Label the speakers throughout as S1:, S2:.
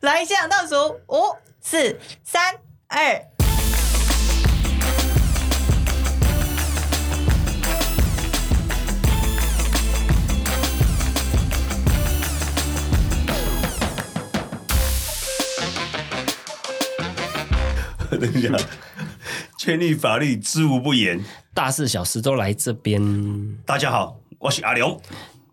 S1: 来一下倒数，五、四、三、二。
S2: 等一下，权利法律知无不言。
S3: 大事小事都来这边。
S2: 大家好，我是阿良，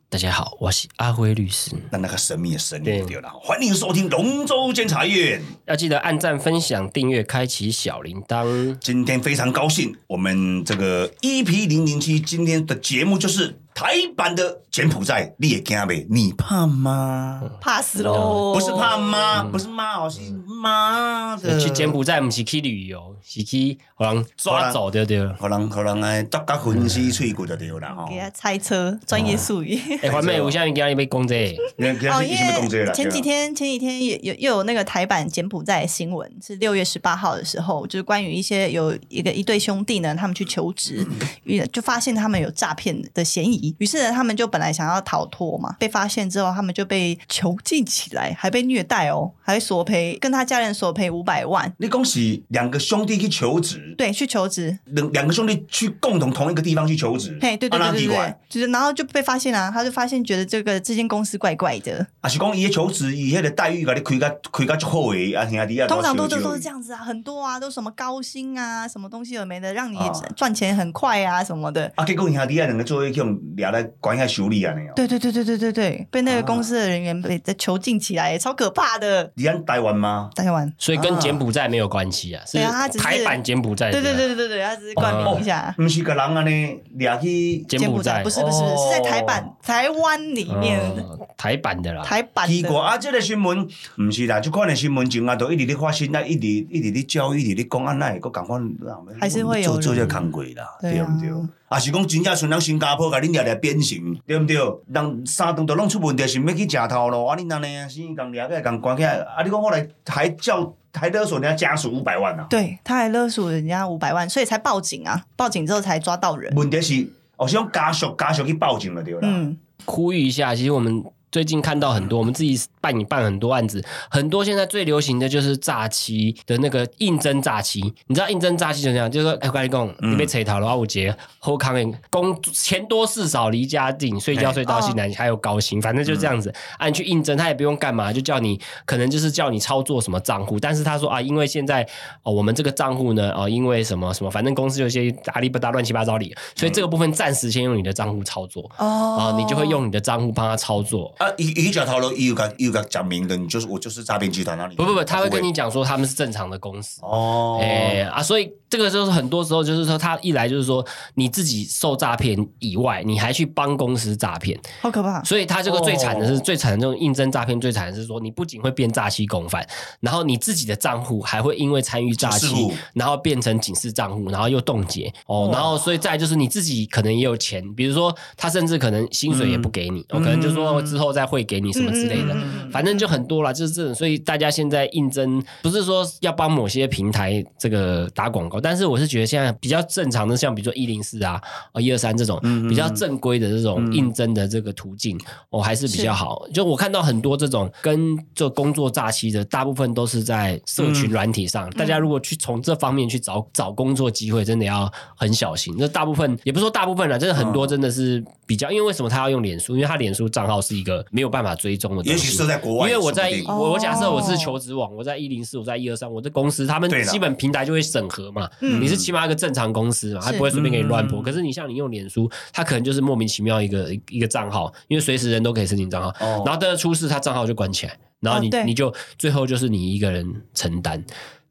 S3: 大家好，我是阿辉律师，
S2: 那那个神秘的神
S3: 对
S2: 秘对了，欢迎收听龙州监察院。
S3: 要记得按赞、分享、订阅、开启小铃铛。
S2: 今天非常高兴，我们这个 EP 零零七今天的节目就是台版的柬埔寨，你也惊呗？你怕吗？
S1: 怕死喽！
S2: 不是怕妈，不是妈哦，是妈
S1: 嗯
S2: 的。
S3: 去柬埔寨不是去旅游，是去好像抓走对对了。
S2: 可能可能哎，大家魂丝脆骨就对了哦吼。
S1: 给他猜车，专业术语。
S3: 哎，环妹，我现在给你被攻这个，
S2: 你看，
S1: 哦，
S2: 你
S1: 因
S2: 是不是讲这个
S1: 为
S2: 啦啊
S1: 前几天前几天也有又有那个台版柬埔寨的新闻，是六月十八号的时候，就是关于一些有一个一对兄弟呢，他们去求职，也就发现他们有诈骗的嫌疑，于是呢，他们就本来想要逃脱嘛，被发现之后，他们就被囚禁起来，还被虐待哦，还索赔跟他家人索赔五百万，
S2: 你讲是两个兄弟去求职，
S1: 对，去求职，
S2: 两两个兄弟去共同同一个地方去求职，
S1: 嘿，对对
S2: 啊
S1: 对
S2: 那
S1: 对
S2: 奇
S1: 对
S2: 怪
S1: 对，就是然后就被发现了、他就发现觉得这个这间公司怪怪的，
S2: 啊是讲伊求职，伊迄个待遇，甲你开甲开甲足好诶，啊兄弟啊，
S1: 通常都
S2: 多
S1: 都
S2: 少
S1: 都是这
S2: 少
S1: 样子啊，很多啊，都什么高薪啊，什么东西有没的，让你
S2: 啊
S1: 赚钱很快啊什么的。
S2: 啊，结果兄弟啊两个做伙去用掠来关起来修理安尼哦。
S1: 对对对对对对对，被那个公司的人员被囚禁起来，超可怕的。
S2: 你按台湾吗？
S1: 大家玩，
S3: 所以跟柬埔寨没有关系啊，是
S1: 对啊它只是
S3: 台版柬埔寨。
S1: 对对对对对对，他只是冠名一下。
S2: 毋是甲人安尼掠去
S3: 哦柬埔寨
S1: 不是不是不是，是
S2: 哦
S1: 在台版台湾里面
S3: 嗯台版的啦。
S1: 台版
S2: 奇怪
S1: 的。
S2: 啊！即个新闻毋是啦，即款诶新闻前啊，都一直咧发生啊，一直一直咧教育，一直咧讲啊，那会个共款，啊
S1: 还是会有
S2: 做做这
S1: 人
S2: 工贵啦，
S1: 对
S2: 对
S1: 啊
S2: 毋对？啊，是讲真正像咱新加坡甲恁掠掠变形，对毋对？人三顿都弄出问题，想要去食头路，啊，恁安尼啊，先共掠起来，共关起来，啊，你讲后来还叫还勒索人家家属五百万啊？
S1: 对，他还勒索人家五百万，所以才报警啊！报警之后才抓到人。
S2: 问题是，哦，是讲家属家属去报警了，对啦。
S1: 嗯，
S3: 呼吁一下，其实我们最近看到很多，我们自己办一办很多案子，很多现在最流行的就是诈欺的那个应征诈欺。你知道应征诈欺怎么样？就是说，哎、我跟你讲，
S2: 嗯
S3: 你被扯逃了，我杰后康工钱多事少，离家近，睡觉睡到西南，还有高薪，反正就这样子。啊，你去应征，他也不用干嘛，就叫你，可能就是叫你操作什么账户，但是他说啊，因为现在哦，我们这个账户呢，哦，因为什么什么，反正公司有些打里不搭乱七八糟理，所以这个部分暂时先用你的账户操作。啊
S1: 哦，，
S3: 你就会用你的账户帮他操作。
S2: 啊，伊伊去食头路，伊有甲伊有甲讲明的，你就是我就是诈骗集团那里。
S3: 不不不，他会跟你讲说他们是正常的公司。
S2: 哦，
S3: 哎、啊，所以这个就是很多时候，就是说他一来就是说你自己受诈骗以外，你还去帮公司诈骗，
S1: 好可怕！
S3: 所以他这个最惨的是、
S2: 哦
S3: 最惨的这种应征诈骗，最惨的是说你不仅会变诈欺共犯，然后你自己的账户还会因为参与诈
S2: 警示
S3: 欺
S2: 户，
S3: 然后变成警示账户，然后又冻结哦，然后所以再来就是你自己可能也有钱，比如说他甚至可能薪水也不给你，哦、可能就说之后再汇给你什么之类的，
S1: 嗯嗯嗯嗯嗯
S3: 反正就很多啦，就是这种，所以大家现在应征不是说要帮某些平台这个打广告，但是我是觉得现在比较正常的，像比如说一零四啊、一二三这种比较正规的这种应征的这个途径，我、哦、还是比较好。就我看到很多这种跟这工作诈欺的，大部分都是在社群软体上。大家如果去从这方面去找找工作机会，真的要很小心。那大部分也不是说大部分啦，真的很多真的是比较，因为为什么他要用脸书？因为他脸书账号是一个没有办法追踪的东西，
S2: 也许设在国外
S3: 因为
S2: 也
S3: 我
S2: 说不
S3: 在
S2: 定，
S1: 哦
S3: 我我假设我是求职网，我在一零四，我在一二三，我这公司他们
S2: 对啦
S3: 基本平台就会审核嘛，
S1: 嗯
S3: 你是起码一个正常公司嘛，他
S1: 是
S3: 不会随便给你乱播。
S2: 嗯
S3: 可是你像你用脸书，他可能就是莫名其妙一个一个账号，因为随时人都可以申请账号，
S2: 哦
S3: 然后但是出事他账号就关起来，然后你
S1: 哦对
S3: 你就最后就是你一个人承担。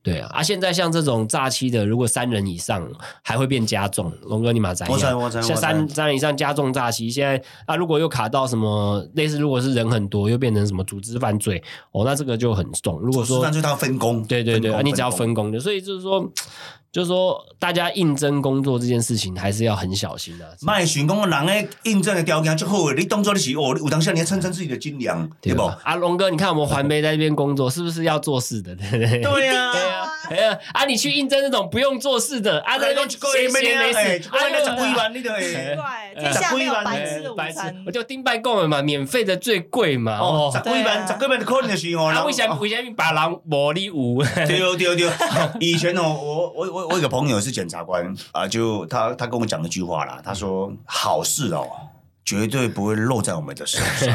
S3: 对啊，啊，现在像这种诈欺的，如果三人以上还会变加重。龙哥，你马仔，
S2: 我知我知我
S3: 像
S2: 知
S3: 三三人以上加重诈欺，现在啊，如果又卡到什么类似，如果是人很多，又变成什么组织犯罪，哦，那这个就很重。如果
S2: 我
S3: 说
S2: 说犯罪他要分工，
S3: 对对对，
S2: 工
S3: 啊你只要
S2: 工
S3: 分工的，所以就是说，就是说大家应征工作这件事情还是要很小心啊。
S2: 卖想讲人诶印证的条件就好诶，你当做你是哦，你有当下你要称称自己的斤两，对不？
S3: 吧？啊，龙哥，你看我们环媒在这边工作，是不是要做事的？ 对不对？
S2: 对呀、
S3: 对啊，哎呀，啊，你去应征那种不用做事的，啊，
S2: 啊，
S3: 在
S2: 你
S3: 那
S2: 讲
S3: 边
S2: 一个月
S3: 闲闲
S2: 要
S3: 没
S2: 哎，一
S3: 事，
S2: 个月
S3: 啊
S2: 才几万，你
S1: 奇
S2: 就会。哎
S1: 怪，
S3: 呃
S1: 天下没有
S2: 十几万
S1: 白吃
S3: 哎
S1: 的午
S3: 白痴
S1: 餐
S3: 我。就订办供了嘛，免费的最贵嘛。
S2: 哦
S3: 哦，，
S2: 十几万，
S1: 对啊
S2: 十几万可能就是哦。
S3: 啊，
S2: 人
S3: 为什么为什么把人无你有？
S2: 对对对，以前哦，我我我我有个朋友是检察官啊，就他他跟我讲一句话啦，他说好事哦，绝对不会落在我们的手 上。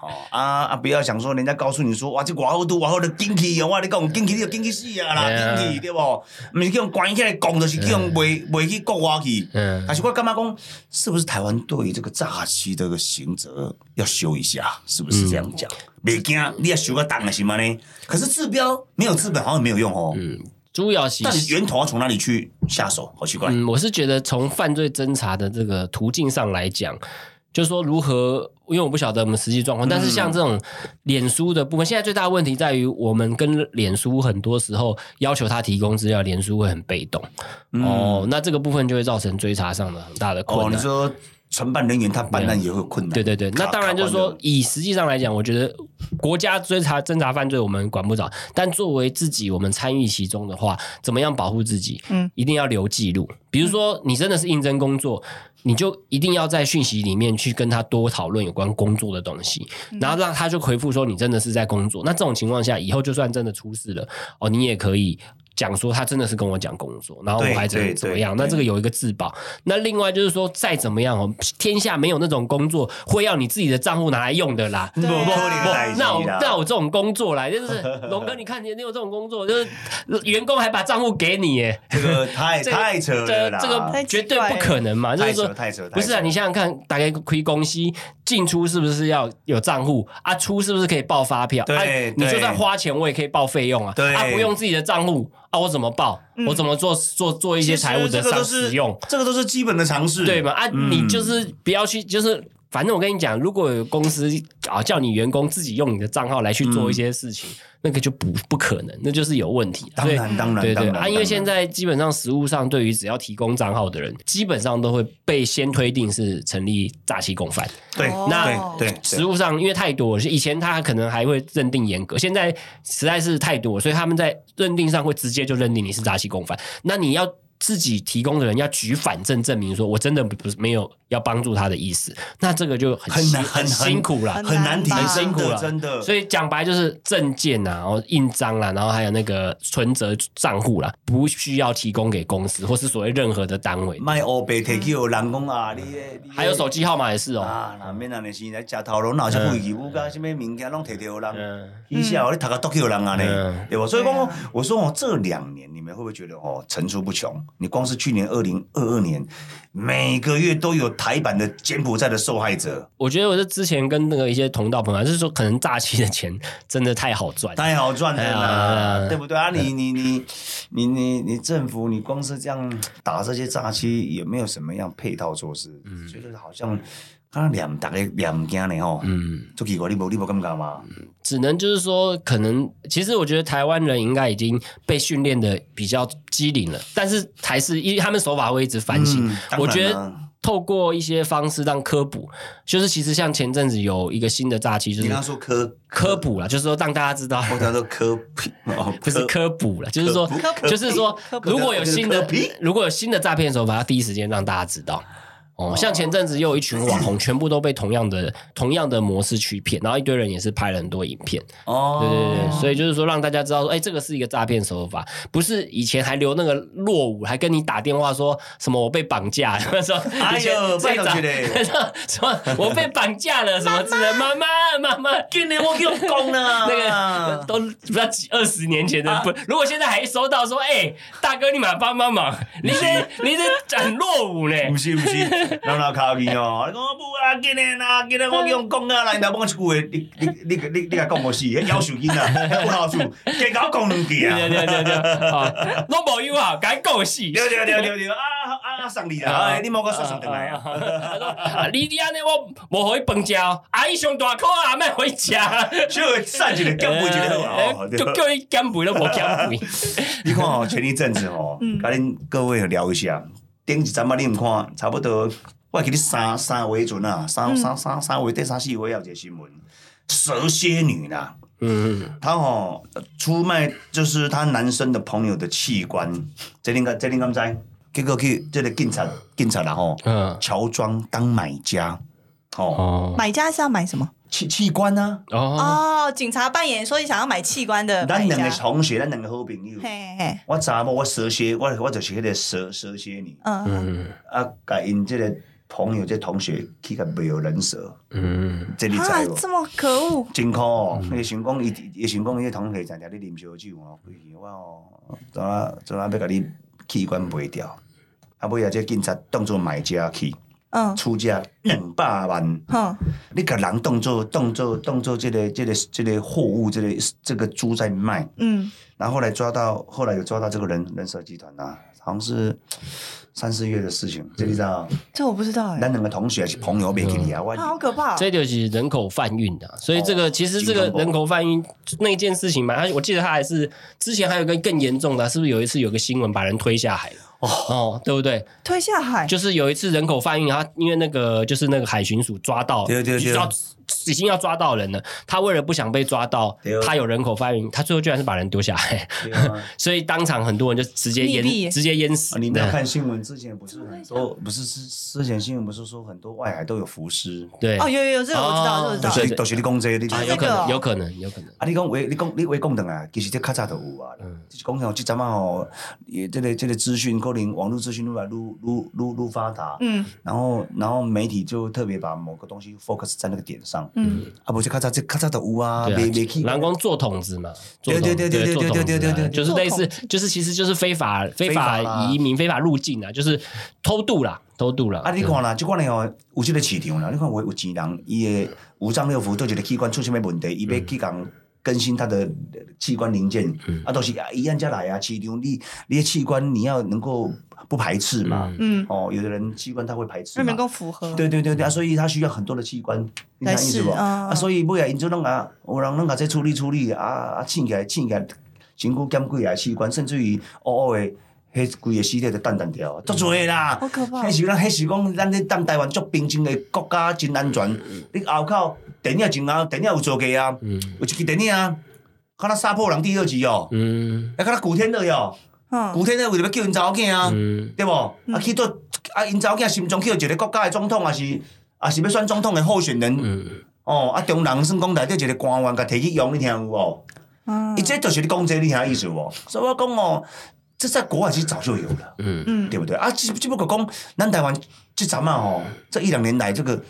S2: 哦啊啊，不要想说人家告诉你说哇，这寡后都寡后的进去哦，我跟你讲进去你就进去死啊
S3: 对
S2: 啦，
S3: 啊
S2: 进去对不？不是去用关起来讲，就是去用卖卖去国外去。
S3: 嗯
S2: 但是我干嘛讲，是不是台湾对于这个诈欺这个刑责要修一下？是不是这样
S3: 嗯
S2: 讲？别惊，你要修个档的行吗呢？可是治标没有治本好像没有用哦。
S3: 嗯， 主要是
S2: 但是源头要从哪里去下手？好奇怪。
S3: 嗯，我是觉得从犯罪侦查的这个途径上来讲，就是说如何，因为我不晓得我们实际状况，但是像这种脸书的部分，现在最大的问题在于我们跟脸书很多时候要求他提供资料，脸书会很被动、哦，那这个部分就会造成追查上的很大的困
S2: 哦，你
S3: 难。嗯
S2: 说承办人员他办案也会有困难。
S3: 对对对，那
S2: 卡
S3: 当然就是
S2: 卡
S3: 说
S2: 关，
S3: 以实际上来讲，我觉得国家追查侦查犯罪我们管不着，但作为自己我们参与其中的话，怎么样保护自己？
S1: 嗯
S3: 一定要留记录。比如说，你真的是应征工作，你就一定要在讯息里面去跟他多讨论有关工作的东西，然后让他就回复说你真的是在工作。那这种情况下，以后就算真的出事了，哦，你也可以。讲说他真的是跟我讲工作，然后我
S2: 对
S3: 还怎
S2: 对
S3: 怎么
S2: 对
S3: 样？那
S2: 对
S3: 这个有一个自保。那另外就是说，再怎么样哦，天下没有那种工作会要你自己的账户拿来用的啦。
S2: 不
S1: 对啊
S2: 不可能的代志啦
S3: 那我那我这种工作来， 就是龙哥，你看你你有这种工作，就是员工还把账户给你耶，
S2: 这个太
S3: 这个
S2: 太扯了啦，
S3: 这
S1: 太
S3: 个
S1: 奇
S3: 绝对不可能嘛，就
S2: 太
S3: 是
S2: 扯
S3: 说。
S2: 太扯。
S3: 不是啊，
S2: 太扯
S3: 你想想看，大概亏公司进出是不是要有账户啊？出是不是可以报发票？
S2: 对
S3: 啊
S2: 对
S3: 你就算花钱，我也可以报费用啊。
S2: 对
S3: 啊，不用自己的账户啊，我怎么报？
S1: 嗯
S3: 我怎么做做做一
S2: 其
S3: 些
S2: 实
S3: 财务
S2: 这
S3: 的
S2: 个
S3: 上
S2: 都是
S3: 使用？
S2: 这个都是基本的常识，
S3: 对嘛？啊，
S2: 嗯
S3: 你就是不要去，就是反正我跟你讲，如果有公司啊叫你员工自己用你的账号来去做一些事情，那个就不不可能，那就是有问题。
S2: 嗯
S3: 啊
S2: 当然当然，
S3: 所以，对对
S2: 当然
S3: 啊，因
S2: 当
S3: 为
S2: 然
S3: 现在基本上实务上，对于只要提供账号的人，基本上都会被先推定是成立诈欺共犯。
S2: 对
S1: 哦
S2: 那对对对
S3: 实务上，因为太多了，以前他可能还会认定严格，现在实在是太多了，所以他们在认定上会直接就认定你是诈欺共犯。那你要自己提供的人要举反证，证明说我真的不不是没有要帮助他的意思，那这个就很
S2: 很
S3: 辛
S2: 难
S3: 很
S2: 很
S3: 辛苦啦。
S1: 很
S2: 很难听，
S1: 很
S2: 真
S1: 辛
S3: 苦
S2: 的
S3: 啦
S2: 真的，
S3: 所以讲白就是证件呐、啊，然后印章啦、然后还有那个存折账户啦，不需要提供给公司或是所谓任何的单位，
S2: 卖欧白提起有人讲啊，你的你的
S3: 嗯还有手机号码也是哦。
S2: 啊，那免人的是来食头路，哪有什么义务甲什么物件拢摕着人，
S3: 嗯，
S2: 伊是哦，你头壳剁去有人啊呢
S3: 嗯，
S2: 对吧？所以讲
S1: 对啊，
S2: 我说哦，这两年你们会不会觉得哦，层出不穷？你光是去年二零二二年，每个月都有台版的柬埔寨的受害者，
S3: 我觉得我是之前跟那个一些同道朋友，就是说可能诈欺的钱 真的太好赚。
S2: 太好赚了
S3: 哎
S2: 啦，
S3: 呀
S2: 对不对啊？你你你你你你政府，你光是这样打这些诈欺，有没有什么样配套措施？
S3: 嗯
S2: 觉得好像啊，两大概两件呢吼，
S3: 嗯，
S2: 就奇怪，你无你无感觉吗？
S3: 只能就是说，可能其实我觉得台湾人应该已经被训练的比较机灵了，但是还是因为他们手法会一直反省。
S2: 嗯当然啊
S3: 我觉得透过一些方式让科普，就是其实像前阵子有一个新的诈欺，就
S2: 你
S3: 是
S2: 刚刚说哦科，
S3: 科普啦，就是说让大家知道。
S2: 我刚刚说科皮，哦，
S3: 不是
S2: 科，
S3: 嗯科普了，就是说
S2: 科普，科
S3: 就是说，如果有新
S2: 科
S3: 的
S2: 普，
S3: 如果有新的诈骗手法，要第一时间让大家知道。哦，像前阵子又有一群网红，全部都被同样的同样的模式去骗，然后一堆人也是拍了很多影片，
S2: 哦，
S3: 对对对，所以就是说让大家知道说，哎，这个是一个诈骗手法，不是以前还留那个落伍，还跟你打电话说什么我被绑架， 什么说
S2: 哎呦
S3: 以前最早
S2: 拜托 去
S3: 什么我被绑架了什么之类的，妈妈妈妈，
S2: 今年我给我讲啦，
S3: 那
S2: 嗯
S3: 个都不知道几二十年前的，不，如果现在还收到说，哎、大哥，你马帮帮忙，你这你这很落伍呢。
S2: 不是不是，咱老卡去哦，你讲母啊，今日啦，今日我用讲啊，来，若讲一句话，你你你你你来讲我死，迄夭寿囡仔，迄不好处，加甲我讲两句啊。
S3: 对对对对，啊，拢无友好，赶够死。
S2: 对对对对对，啊啊啊，送你啦，哎，你莫个说上上来啊。
S3: 啊！你你安尼我无互伊饭食哦，阿姨上大口啊，莫互伊食。
S2: 小会散一个减肥一个好啊。
S3: 就 叫伊减肥都无减肥。
S2: 你看哦，前一阵子哦，
S1: 嗯
S2: 甲恁各位聊一下，顶一阵仔你毋看，差不多，我记得三三月阵啊，三
S1: 嗯
S2: 三三三月第三四月还有一个新闻，蛇蝎女啦，
S3: 嗯，
S2: 她哦出卖就是她男生的朋友的器官，这恁敢这恁敢知？结果去这个警察警察啦吼，
S3: 嗯，
S2: 乔装当买家，哦，
S3: 哦
S1: 买家是要买什么？
S2: 器器官啊，
S3: 哦，
S1: 哦，警察扮演所以想要买器官的买
S2: 咱两
S1: 家
S2: 个。同学，咱两个好朋友
S1: 嘿，嘿，嘿
S2: 我查某我蛇蝎，我我就是迄个蛇蛇蝎女。
S1: 嗯，
S3: 嗯
S2: 啊，甲因即个朋友、即、同学去甲卖有人蛇，
S3: 嗯，
S2: 这你知
S1: 啊
S2: 无，？
S1: 这么可恶！
S2: 真苦哦！伊想讲，伊伊想讲，伊同学常常咧啉烧酒哦，规气我哦，怎啊怎啊要甲你器官卖掉？啊，尾啊，这警察当做买家去，
S1: 嗯，
S2: 出价两百万，
S1: 哼，
S2: 你甲人当做当做当做即、个即、这个即、这个货物，即、个这个猪在卖。
S1: 嗯，
S2: 然后后来抓到，后来有抓到这个人人蛇集团啊，好像是三四月的事情，这你知道吗？
S1: 这我不知道哎
S2: 咱，两个同学是朋友，袂记你啊，我
S1: 啊好可怕哦！
S3: 这就是人口贩运的、所以这个、
S2: 哦
S3: 其实这个人口贩运那一件事情嘛，他我记得他还是之前还有一个更严重的啊、是不是有一次有个新闻把人推下海了？哦对不对？
S1: 推下海，
S3: 就是有一次人口贩运，他因为那个就是那个海巡署抓到，
S2: 对对对
S3: 抓已经要抓到人了，他为了不想被抓到
S2: 对，
S3: 他有人口贩运，他最后居然是把人丢下海，
S2: 对啊
S3: 所以当场很多人就直接
S1: 溺毙
S3: 淹，直接淹死
S2: 啊。你没有看新闻？之前不是很多，不是之之前新闻不是说很多外海都有浮尸，
S3: 对，
S1: 哦，有有有，这个我知道，这个我知
S2: 都
S1: 道
S3: 对。
S2: 是
S3: 对
S2: 都是你讲这个，你知道
S3: 啊，
S1: 就是
S3: 有
S1: 这
S3: 可
S1: 个
S3: 能，
S1: 哦
S3: 有可能，有可能。
S2: 啊，你讲话，你讲你话讲等啊，其实这较早就有啊
S3: 嗯。
S2: 就是讲像即阵啊吼，也这个这个资讯，可能网络资讯愈来愈愈愈愈发达，
S1: 嗯
S2: 然后然后媒体就特别把某个东西 focus 在那个点上。
S1: 嗯，
S2: 啊，不是较早这较早就有啊，
S3: 对啊
S2: 袂袂去。
S3: 蓝光做筒子嘛，
S2: 对对对对对对对对对对
S3: 啊就是类似，就是其实就是非法非
S2: 非法
S3: 法
S2: 啦
S3: 移民、非法入境啊，就是偷渡啦，偷渡啦。
S2: 啊，你看啦，即款诶哦，有即个市场啦。你看有有钱人，伊诶五脏六腑对一个器官出啥物问题，伊要去共更新他的呃器官零件，啊，都是啊医院才来啊。市场你你的器官你要能够不排斥嘛。
S1: 嗯，
S2: 哦，有的人器官他会排斥
S1: 那能
S2: 嘛。
S1: 够符合。
S2: 对对对对啊，所以他需要很多的器官，你
S1: 来
S2: 知
S1: 试
S2: 影意思无？
S1: 嗯
S2: 啊，所以尾啊，因就拢啊，有人拢甲这处理处理，啊啊，醒起来醒起来，身躯减几个啊器官，甚至于乌乌诶，迄规个尸体就淡淡掉，啊足多的啦。
S1: 嗯好可怕
S2: 迄！时咱，迄时讲，咱咧当台湾足平静诶国家，真安
S1: 嗯
S2: 全。你后口电影真好，电影有做过啊，
S3: 嗯
S2: 有一支电影啊，敢若《杀破狼》第二集哦，
S3: 嗯
S2: 啊，敢若古天乐哟，
S1: 嗯
S2: 古天乐为了要救因查某囝啊，
S3: 嗯
S2: 对无？啊，去做啊，因查某囝心中去到一个国家诶总统，啊是啊是要选总统诶候选人，
S3: 嗯，
S2: 哦，啊，中人算讲内底一个官员，甲摕去用，你听有无？
S1: 嗯
S2: 伊这就是你讲这，你听意思无？所以我讲哦，这在国外其实早就有了。
S1: 嗯
S2: 对不对？啊，只只不过讲，咱台湾这咱们哦，这一两年来这个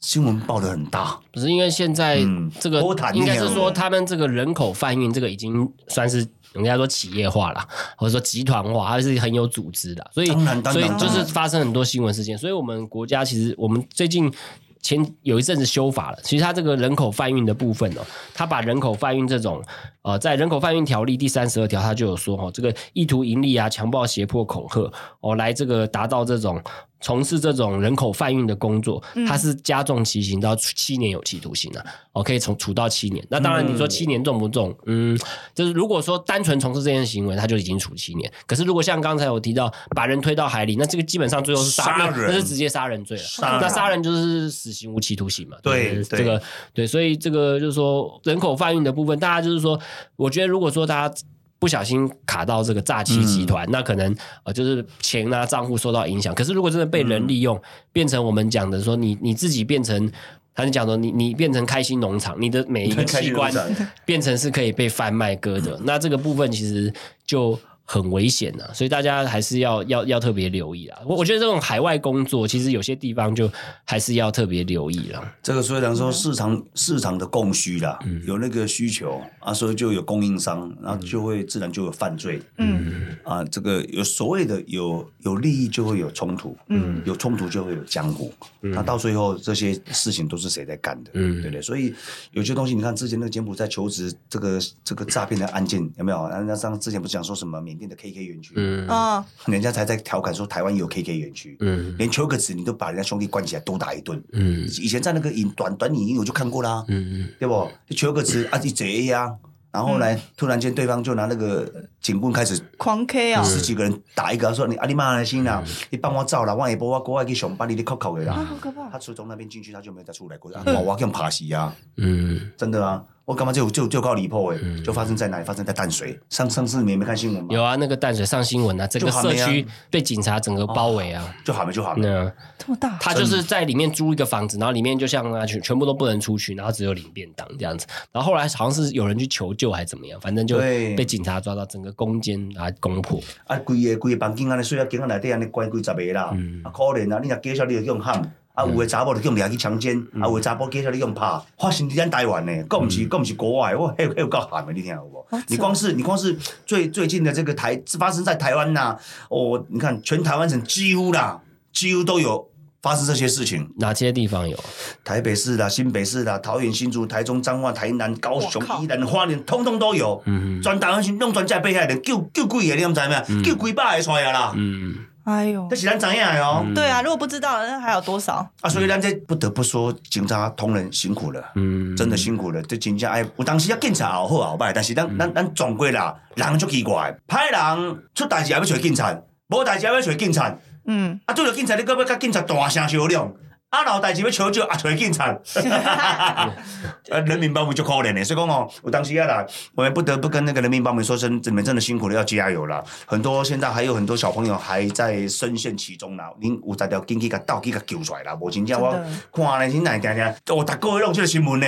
S2: 新闻报的很大，
S3: 不是因为现在
S2: 嗯
S3: 这个
S2: 多谈一
S3: 应
S2: 点
S3: 该是说他们这个人口贩运这个已经算是。人家说企业化啦，或者说集团化，它是很有组织的，所以
S2: 当然当
S3: 所以
S2: 然
S3: 就
S2: 当
S3: 是
S2: 然
S3: 发生很多新闻事件。所以我们国家其实我们最近前有一阵子修法了，其实它这个人口贩运的部分哦，它把人口贩运这种呃，在人口贩运条例第三十二条，它就有说哦，这个意图盈利啊、强暴、胁迫、恐吓哦，来这个达到这种从事这种人口贩运的工作，它是加重其刑到七年有期徒刑啊，哦，可以从处到七年。那当然，你说七年重不重？嗯，就是如果说单纯从事这件行为，他就已经处七年。可是如果像刚才我提到把人推到海里，那这个基本上最后是杀
S2: 杀
S3: 那
S2: 人
S3: 那是直接杀人罪了。啊
S2: 杀人
S3: 那杀人就是死刑、无期徒刑嘛。
S2: 对
S3: 就是
S2: 对
S3: 这个对，所以这个就是说人口贩运的部分，大家就是说，我觉得如果说大家。不小心卡到这个诈欺
S2: 嗯
S3: 集团，那可能呃就是钱啊账户受到影响。可是如果真的被
S2: 嗯
S3: 人利用，变成我们讲的说你你自己变成，还是讲说你你变成开心农场，你的每一个
S2: 开
S3: 器
S2: 心
S3: 官
S2: 农场
S3: 变成是可以被贩卖割的，那这个部分其实就很危险呐、所以大家还是要要要特别留意啊。我我觉得这种海外工作，其实有些地方就还是要特别留意了。
S2: 这个虽然说市
S1: 嗯
S2: 场市场的供需啦，有那个需求啊，所以就有供应商，然后就会自然就有犯罪
S1: 嗯
S2: 啊。这个有所谓的有有利益就会有冲突，
S1: 嗯，
S2: 有冲突就会有江湖。那到最后这些事情都是谁在干的？
S3: 嗯
S2: 对不对？所以有些东西，你看之前那个柬埔寨求职这个这个诈骗的案件有没有？人家上之前不是讲说什么缅甸的 KK 园区，
S3: 嗯
S1: 哦，
S2: 人家才在调侃说台湾有 KK 园区，
S3: 嗯
S2: 连求个职你都把人家兄弟关起来都打一顿。
S3: 嗯
S2: 以前在那个影短短影音我就看过啦，
S3: 嗯
S2: 对不？就求个职啊，一贼呀，然后呢，突然间对方就拿那个警棍开始
S1: 狂 K 哦，
S2: 十几个人打一个，说你啊你妈的心啦，你帮我照啦，我也不我国外去上班，你得靠靠的
S1: 啊，
S2: 啦。
S1: 好可怕
S2: 他！初中那边进去，他就没有再出来过。啊，我我用爬西啊，
S3: 嗯，
S2: 真的啊，我干嘛就就就靠离谱哎，就发生在哪里？发生在淡水。上上次你没看新闻吗？
S3: 有啊，那个淡水上新闻啊，整个社区被警察整个包围啊。
S2: 就喊了就喊了，
S3: 那
S1: 这么大，
S3: 他就是在里面租一个房子，然后里面就像啊全全部都不能出去，然后只有领便当这样子。然后后来好像是有人去求救还是怎么样，反正就
S2: 对
S3: 被警察抓到，整个攻坚啊攻破。
S2: 啊，规个规个房间安尼水啊，间啊内底安尼关几十个啦，啊可怜啊，你若介绍你就用喊。啊，有的查某就用掠去强奸，啊，有的查某介绍你用拍，发生伫咱台湾呢，更毋是更毋是国外，哇，迄有迄有够喊的，你听有无
S1: 好惨？
S2: 你光是你光是最最近的这个台发生在台湾呐、哦，你看全台湾省几乎啦，几乎都有发生这些事情，
S3: 哪些地方有？
S2: 台北市啦、新北市啦、桃园、新竹、台中、彰化、台南、高雄
S1: 我靠、
S2: 宜兰、花莲，通通都有。
S3: 嗯
S2: 全台湾是弄全这被害人，救救几个，你毋知咩？救几百个出来啦！
S3: 嗯
S1: 哎呦
S2: 这，是咱知影的哦。
S1: 对啊，如果不知道那还有多少？
S2: 啊，所以咱这不得不说，警察同仁辛苦了，
S3: 嗯，
S2: 真的辛苦了。这真正哎，有当时啊，警察也好好歹，但是咱
S3: 嗯
S2: 咱咱总归啦，人足奇怪，歹人出代志也要找警察，无代志也要找警察。
S1: 嗯，
S2: 啊，拄着警察，你搁要甲警察大声相量。啊，老代志要求救，啊，找警察。呃，人民保姆就可怜的，所以讲哦，我当时啊啦，我们不得不跟那个人民保姆说声，你们真的辛苦了，要加油啦！很多现在还有很多小朋友还在深陷其中啦，恁有才条紧去甲倒去甲救出来啦，无真正我
S1: 真的
S2: 看咧，真乃定定，哦，逐个月拢有这个新闻呢，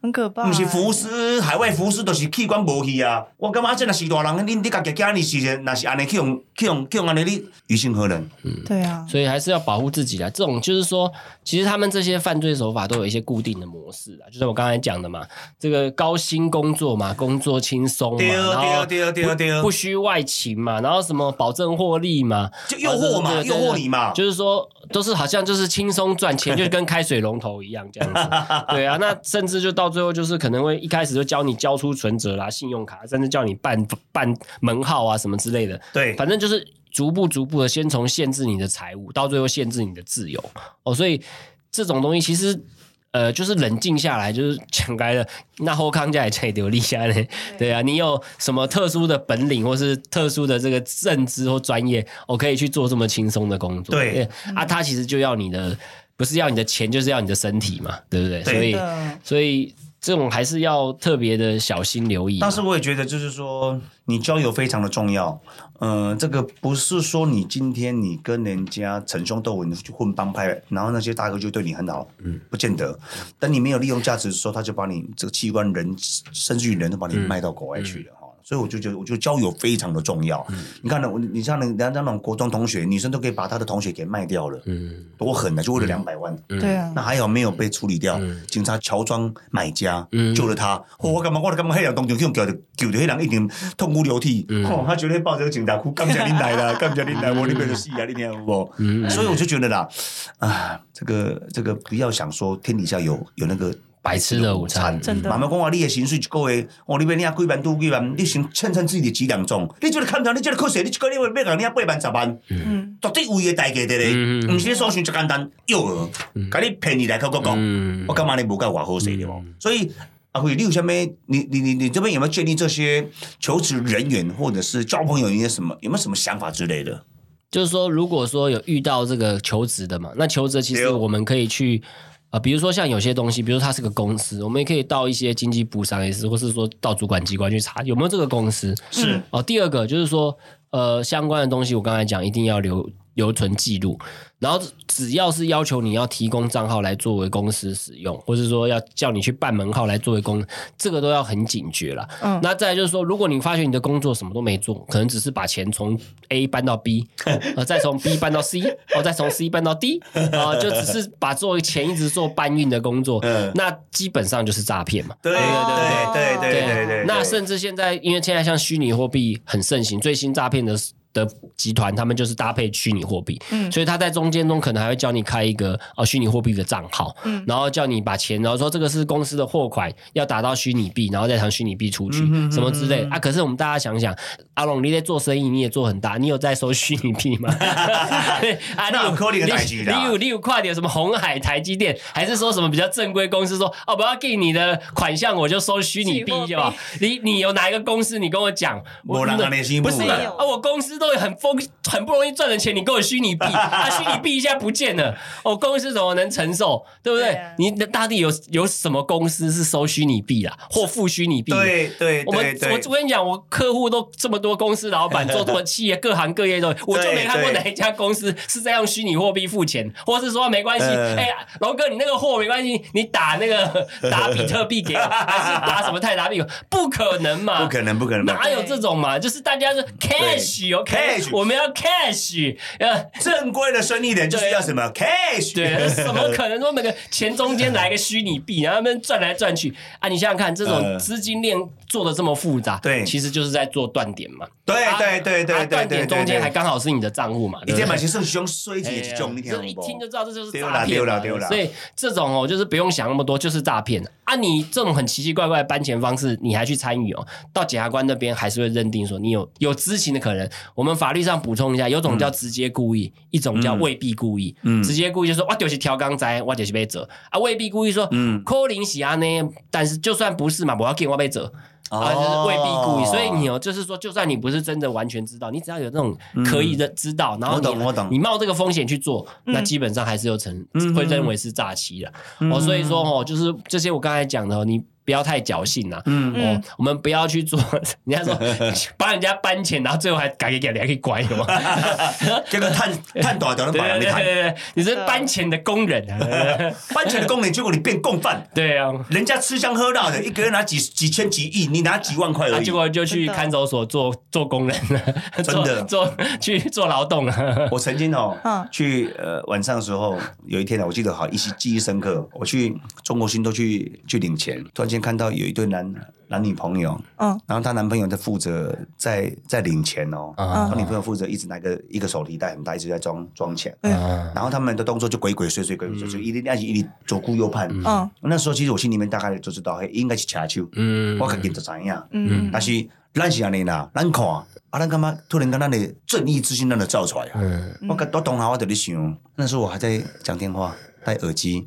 S1: 很可怕。
S2: 毋是浮尸，海外浮尸，就是器官无去啊！我感觉这若是大人，恁你家己囝你是若是安尼去用去用去用安尼，你于心何忍？
S3: 嗯
S1: 对啊，
S3: 所以还是要保护自己啦。啊这种就是说，其实他们这些犯罪手法都有一些固定的模式啊，就像我刚才讲的嘛，这个高薪工作嘛，工作轻松嘛，
S2: 对
S3: 然后
S2: 对对对对
S3: 不需外勤嘛，然后什么保证获利嘛，
S2: 就诱惑嘛，
S3: 啊对对
S2: 诱
S3: 对
S2: 惑你嘛。
S3: 就是说都是好像就是轻松赚钱，就跟开水龙头一样 这样子。对啊，那甚至就到最后就是可能会一开始就教你交出存折啦、信用卡，甚至叫你办办门号啊什么之类的。
S2: 对，
S3: 反正就是逐步逐步的，先从限制你的财务，到最后限制你的自由哦。所以这种东西其实。呃，就是冷静下来，就是讲开了。那后康家也可以流利下来，对啊，你有什么特殊的本领，或是特殊的这个认知或专业，我、可以去做这么轻松的工作。
S2: 对
S3: 啊，他其实就要你的，不是要你的钱，就是要你的身体嘛，对不对？
S2: 对
S3: 所以，
S1: 的
S3: 所以这种还是要特别的小心留意啊。
S2: 但是我也觉得，就是说，你交友非常的重要。呃，这个不是说你今天你跟人家逞凶斗狠你去混帮派，然后那些大哥就对你很好，嗯，不见得。等你没有利用价值的时候，他就把你这个器官、人，甚至于人都把你卖到国外去
S3: 嗯
S2: 了哈。所以我就觉得，我觉得交友非常的重要。你看呢，我你像人家那种国中同学，女生都可以把她的同学给卖掉了，
S3: 嗯，
S2: 多狠啊！就为了两百万，
S1: 对啊
S2: 那，还好没有被处理掉，警察乔装买家、救了他。哦我干嘛？我干嘛？黑人当场去救着，救着黑人一定痛哭流涕。哦，他绝对抱着警察哭，感谢您来啦，感谢您来，我那边的戏啊，你听有无？所以我就觉得啦，啊，这个这个不要想说天底下有有那个。
S3: 白吃的午餐
S1: 真的
S2: 慢慢讲话，你的薪水一个月，哦，你要领几万、多几万，你先称称自己的几两重。你这个看头，你这个扣税，你一个月要领八万、十万，
S1: 嗯，
S2: 绝对有伊的代价在咧。
S3: 嗯
S2: 毋是你所想就简单，诱饵，甲你骗你来口讲讲。
S3: 嗯
S2: 我，干嘛你不干我好谁的哦？所以阿辉，你有下面你你你你这边有没有建立这些求职人员或者是交朋友一些什么有没有什么想法之类的？
S3: 就是说，如果说有遇到这个求职的嘛，那求职其
S2: 对
S3: 实
S2: 哦
S3: 我们可以去。啊、比如说像有些东西，比如说它是个公司，我们也可以到一些经济部、商业司，或是说到主管机关去查有没有这个公司。
S2: 是
S3: 哦，第二个就是说，呃，相关的东西我刚才讲一定要留留存记录。然后只要是要求你要提供账号来作为公司使用，或是说要叫你去办门号来作为公，这个都要很警觉啦。
S1: 嗯
S3: 那再来就是说，如果你发觉你的工作什么都没做，可能只是把钱从 A 搬到 B，呃，再从 B 搬到 C，哦，再从 C 搬到 D，啊、就只是把做钱一直做搬运的工作，
S2: 嗯
S3: 那基本上就是诈骗嘛。
S2: 对
S1: 哦
S2: 对对对对对对，
S3: 那甚至现在，因为现在像虚拟货币很盛行，最新诈骗的的集团，他们就是搭配虚拟货币，
S1: 嗯
S3: 所以他在中间中可能还会叫你开一个呃虚拟货币的账号，
S1: 嗯
S3: 然后叫你把钱，然后说这个是公司的货款，要打到虚拟币，然后再从虚拟币出去，
S2: 嗯哼嗯哼
S3: 什么之类的啊。可是我们大家想想，阿龙你在做生意，你也做很大，你有在收虚拟币吗？ 啊，你
S2: 那有可能的代
S3: 你
S2: 志啦
S3: 你有你有快点什么红海、台积电，还是说什么比较正规公司说哦，我要给你的款项，我就收虚拟币就好。你你有哪一个公司？你跟我讲，我
S2: 没人这样心
S3: 不
S2: 目
S3: 是
S1: 没有
S3: 啊，我公司都很丰，很不容易赚的钱，你给我虚拟币啊，虚拟币一下不见了，我公司怎么能承受？对不对？
S1: 对啊
S3: 你的大地有有什么公司是收虚拟币啦，或付虚拟币？
S2: 对啊 对
S3: 我们
S2: 对
S3: 我
S2: 对，
S3: 我跟你讲，我客户都这么多公司 老板，做多企业，各行各业都有，我就没看过
S2: 对
S3: 哪一家公司是在用虚拟货币付钱，或是说没关系，
S2: 嗯
S3: 哎、呀，龙哥你那个货没关系，你打 那个打比特币给我，还是打什么泰达币给我？不可能嘛，
S2: 不可能不可能，
S3: 哪有这种嘛？就是大家是 cash 哦
S2: cash
S3: 我们要 cash，呃，
S2: 正规的生意人就是要什么 cash，
S3: 对，怎么可能说每个钱中间来个虚拟币，然后他们转来转去啊？你想想看，这种
S2: 呃
S3: 资金链做的这么复杂，
S2: 对
S3: 其实就是在做断点嘛。
S2: 对
S3: 啊
S2: 对对对对
S3: 啊断
S2: 对
S3: 点中间还
S2: 对，
S3: 刚好是你的账户嘛，对
S2: 你
S3: 不对
S2: 这嘛是算凶衰
S3: 哎
S2: 一
S3: 呀
S2: 种，你听
S3: 这一听就
S2: 无？
S3: 知道这就是
S2: 对
S3: 诈
S2: 啦
S3: 骗
S2: 对
S3: 嘛
S2: 啦对啦
S3: 所以这种哦，就是不用想那么多，就是诈骗啊！你这种很奇奇怪怪的搬钱方式，你还去参与哦，到检察官那边还是会认定说你有有知情的可能。我们法律上补充一下，有种叫直接故意，一种叫未必故意。
S2: 嗯
S3: 直接故意就说我就是调缸灾，我就是被折啊，未必故意说
S2: 嗯
S3: 扣零喜啊呢，但是就算不是嘛，我要给我被折。啊，就是未必故意，所
S2: 哦
S3: 以你有，哦就是说，就算你不是真的完全知道，你只要有那种可以的知道，然后你
S2: 嗯我懂我懂
S3: 你冒这个风险去做，
S1: 嗯
S3: 那基本上还是有成
S2: 嗯
S3: 会认为是诈欺了。哦，所以说哦，就是这些我刚才讲的哦，你不要太侥幸啦。
S2: 嗯
S3: 哦
S1: 嗯，
S3: 我们不要去做，人家说帮人家搬钱，然后最后还改给给给给拐 有吗？
S2: 这个探探大条，
S3: 对
S2: 都把
S3: 对
S2: 人给
S3: 对
S2: 探。
S3: 对，对你是搬钱的工人啊，
S2: 搬钱的功能，结果你变共犯，
S3: 对 啊。
S2: 人家吃香喝辣的，一个月拿几几千几亿，你拿几万块
S3: 啊，
S2: 而已
S3: 结。果就
S1: 真
S3: 去
S1: 的
S3: 看守所做做工人了，
S2: 真
S3: 做
S2: 的
S3: 做 去做劳动啊了。
S2: 我曾经哦
S1: 嗯，
S2: 去呃晚上的时候，有一天呢，我记得好，依稀记忆深刻。我去中国新都去去领钱，突然间看到有一对男男女朋友，
S1: 嗯
S2: 然后她男朋友在负责在在领钱哦，
S1: 嗯
S3: 啊
S2: 她女朋友负责一直拿个一个手提袋很大，一直在装装钱。
S3: 啊，
S2: 然后他们的动作就鬼鬼祟祟，鬼鬼祟祟，
S3: 嗯
S2: 一定一直一直左顾右盼。
S1: 嗯
S2: 那时候其实我心里面大概就知道，嘿，应该是卡手，
S3: 嗯
S2: 我肯定就知影。
S1: 嗯，
S2: 但是咱是安尼啦，咱看啊，咱干嘛突然间咱的正义之心咱就照出来啊？
S3: 嗯
S2: 我我当下我就在想，那时候我还在讲电话，戴耳机，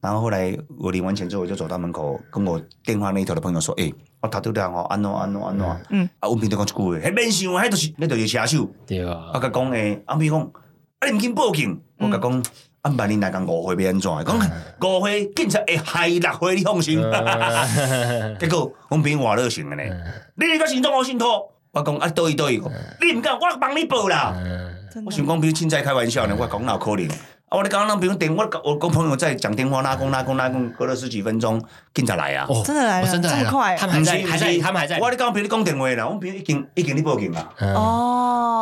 S2: 然后后来我领完钱之后，我就走到门口，跟我电话那一头的朋友说：“诶、我头拄了哦，安怎安怎安怎。”
S1: 嗯
S2: 啊，阮朋友讲一句话，迄免想，迄就是迄就是车手。
S3: 对 啊
S2: 我，甲讲诶，阿咪讲，啊你毋紧报警，我甲讲，阿万你来讲误会要安怎？讲误会警察会害六岁，你放心。
S3: 嗯
S2: 结果阮朋友话热情诶呢，你个行动我信托，我讲啊对对，你毋敢，我帮你报啦。
S1: 真
S2: 我
S1: 的
S2: 想讲，比如凊彩开玩笑呢，我讲哪有可能？啊，我咧刚刚朋友电，我我跟朋友在讲电话，拉弓拉弓拉弓，隔了十几分钟，警察来啊。
S3: 哦
S1: 真的来了
S3: 哦真的来嗯
S1: 这么快啊
S3: 他们还在，
S2: 不是不
S3: 还在，
S2: 是
S3: 他们还在
S2: 我咧刚朋友讲电话啦，我朋友已经已经咧报警啊啦。
S3: 哦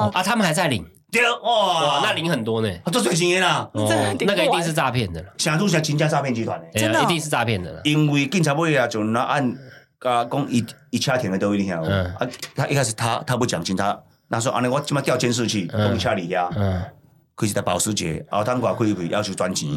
S1: 哦，
S3: 啊，他们还在领，
S2: 对，哇
S3: 哇，，那领很多呢，
S2: 啊，做最钱的啦，
S3: 哦
S1: 真的顶
S3: 那个一
S1: 不
S3: 定
S1: 完
S3: 是诈骗的了，
S2: 想都想真正诈骗集团的。
S1: 真的
S3: 哎
S1: 哦
S3: 呀一定是诈骗的了，
S2: 因为警察尾啊，就那按甲讲伊伊车停在倒位你听有无？
S3: 嗯
S2: 啊，他一开始他他不讲清，他那时候安尼我即马调监视器，
S3: 嗯
S2: 讲伊车里遐，
S3: 嗯，
S2: 开始在保时捷，啊后当我开开要求转钱，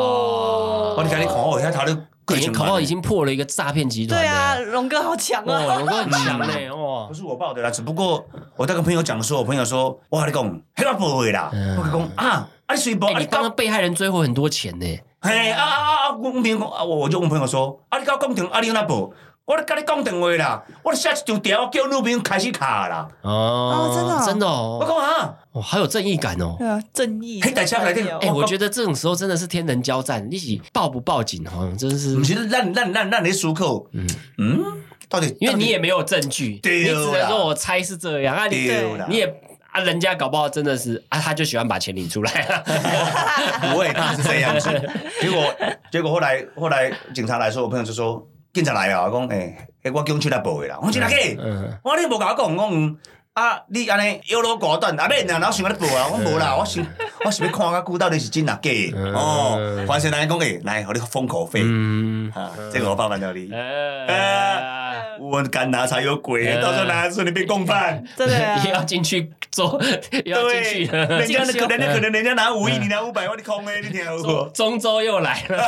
S3: 哇
S2: 我你甲你看哦，遐头咧过
S3: 你
S2: 千
S3: 口
S2: 万
S3: 号哎哦已。经破了一个诈骗集团，
S1: 对啊，，龙哥好强
S3: 哇，
S1: 啊，
S3: 龙哥很强呢，嗯哇
S2: 不，是我报的啦，只不过我在跟朋友讲的时候，我朋友说：“我跟你讲，黑个不会啦。
S3: 嗯
S2: 我跟他讲啊，啊你随报，
S3: 哎
S2: 啊
S3: 你
S2: 你
S3: 帮
S2: 讲，
S3: 被害人追回很多钱呢，
S2: 嘿啊啊啊啊！我我朋友讲啊，我我就问朋友说：啊你跟我讲电话，啊你哪报？我咧跟你讲电话啦，我写一张条，我叫女朋友开始卡啦。
S3: 哦
S1: 哦真的哦
S3: 真的
S2: 我
S3: 哦，
S2: 讲啊。”
S3: 哇，好有正义感 哦。
S1: 对啊，正义，
S2: 黑仔车来电
S1: 正义哦
S3: 哎、
S2: 哦
S3: 我觉得这种时候真的是天人交战，一起报不报警，好像真 是
S2: 不，是咱咱咱咱的思考，嗯嗯，到底
S3: 因为你也没没有证据，
S2: 对哦
S3: 你
S2: 啦
S3: 只能说我猜是这样啊，你
S2: 对啦
S3: 你也啊，人家搞不好真的是啊，他就喜欢把钱领出来啊。
S2: 不会，他是这样 子。结果结果后来后来警察来说，我朋友就说警察来了，我讲诶、欸，我警察来报的啦，我警察去，
S3: 嗯，
S2: 我你无甲我讲，我讲。啊！你安尼腰罗果断，啊免啦，然后想安尼报啊，我无啦，我想我是要看较久到底是真啊假的
S3: 嗯
S2: 哦。反正人讲诶，来，互你封口费
S3: 嗯，
S2: 啊，这个我包办了你。
S3: 呃，
S2: 我敢拿才有鬼，
S3: 嗯
S2: 到时候拿出你变共犯。
S1: 真的 啊，
S3: 也要进去做，也要进
S2: 对，
S3: 去嗯
S2: 人家
S1: 进修
S2: 可能可能人家拿五亿，你拿五百万，你空诶，你听有
S3: 中
S2: 无？
S3: 中州又来了，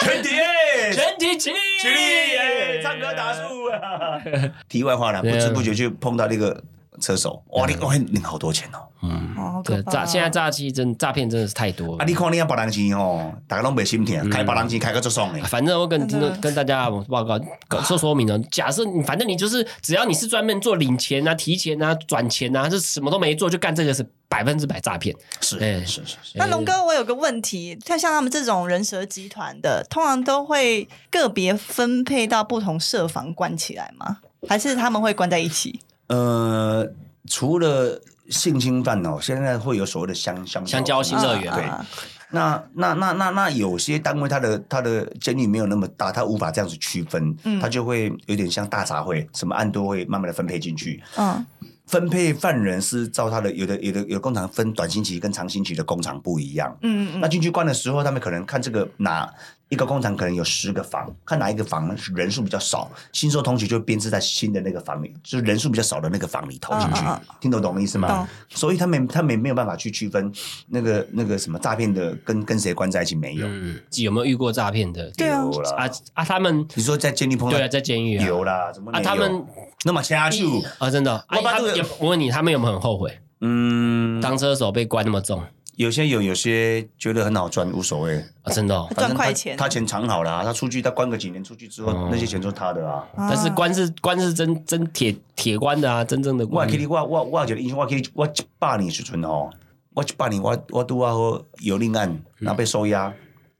S2: 全体耶！
S3: 全体起立，
S2: 哎起立，哎，唱歌打
S3: 数。
S2: 树啊！ 题外话了，不
S3: 对啊
S2: 知不觉就碰到那个车手，哇，你哇，你领好多钱哦！
S3: 嗯，
S1: 哦好可
S3: 对，
S1: 怕
S3: 诈
S1: 哦。
S3: 现在诈欺真诈骗真的是太多了
S2: 啊，。你看你啊，别人钱哦，大家拢袂心
S3: 嗯
S2: 疼，开别人钱开个足爽的。
S3: 反正我跟听
S1: 真的
S3: 众跟大家报告说说明了，哦假设你反正你就是只要你是专门做领钱啊、提钱啊、转钱啊，这什么都没做就干这个是百分之百诈骗。
S2: 是
S3: 哎
S2: 是是是，
S1: 那龙哥，我有个问题，像像他们这种人蛇集团的，通常都会个别分配到不同社房关起来吗？还是他们会关在一起？
S2: 呃，除了性侵犯哦，现在会有所谓的香香
S3: 香蕉型乐园
S1: 啊
S2: 对
S1: 啊啊
S2: 那那那那那有些单位，它的它的监狱没有那么大，它无法这样子区分，
S1: 嗯
S2: 它就会有点像大杂烩，什么案都会慢慢的分配进去。
S1: 嗯
S2: 分配犯人是照他的有的有的有工厂分短刑期跟长刑期的工厂不一样。
S1: 嗯嗯
S2: 那
S1: 嗯，
S2: 进去关的时候，他们可能看这个哪一个工厂可能有十个房，看哪一个房人数比较少，新收同学就编制在新的那个房里，就是人数比较少的那个房里头进去，
S3: 啊
S1: 嗯嗯
S2: 听得懂意思吗
S1: 懂？
S2: 所以他们他们没有办法去区分那个那个什么诈骗的跟跟谁关在一起没有。
S3: 嗯，有没有遇过诈骗的？
S1: 对啊
S2: 有啦
S3: 啊啊，他们
S2: 你说在监狱碰到
S3: 对啊，在监狱啊
S2: 有啦，怎么没
S3: 啊，
S2: 有
S3: 他们
S2: 那么掐住？
S3: 啊，真的哦啊，
S2: 我把
S3: 他
S2: 这
S3: 们
S2: 个
S3: 有我问你，他们有没有很后悔
S2: 嗯，
S3: 当车手被关那么重
S2: 有些有，有些觉得很好赚，无所谓。
S3: 啊？真的哦，
S2: 反
S1: 赚
S2: 正
S1: 快
S2: 他
S1: 钱
S2: 他钱藏好了啊、他出去他关个几年，出去之后、
S3: 哦
S2: 那些钱都是他的啊。
S1: 啊
S3: 但是关是关是真真铁铁关的啊，真正的
S2: 我
S3: 关
S2: 还记。得我我我有一个印象，我记得我一八年时阵哦，我一八年我我拄啊好有另案，
S3: 嗯
S2: 然后被收押。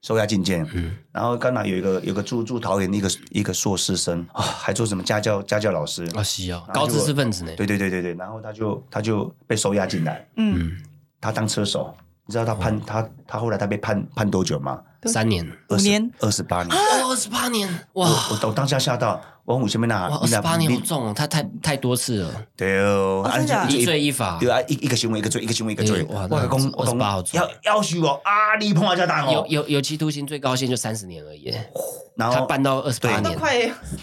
S2: 收押进监，然后刚好有一个有个住住桃园的一个一个硕士生啊，还做什么家教家教老师，
S3: 啊，是哦，
S2: 然后
S3: 高
S2: 就
S3: 知识分子呢，
S2: 对对对对对，然后他就他就被收押进来，
S1: 嗯，
S2: 他当车手，你知道他
S3: 哦
S2: 判、他他后来他被判判多久吗？
S3: 三年，
S1: 五年
S2: 二十八年。
S3: 哦，二十八年，哇，
S2: 我我当下吓到，我讲有什么啦
S3: 哇，？二
S2: 你
S3: 十
S2: 若
S3: 八年
S2: 你
S3: 好重哦，他太太多次了，
S2: 对哦，啊
S1: 真的啊
S2: 你
S3: 一
S2: 就
S3: 罪一罚，
S2: 对啊，一一个行为一个罪，一个行为一个罪。
S3: 哎哇
S2: 我
S3: 那
S2: 讲我
S3: 28号
S2: 讲
S3: 罪
S2: 要要求我啊，你碰我家蛋
S3: 有
S2: 哦。
S3: 有有期徒刑最高限就三十年而已，
S2: 然
S3: 他
S2: 后
S3: 办到二十八
S1: 都
S3: 年，
S1: 快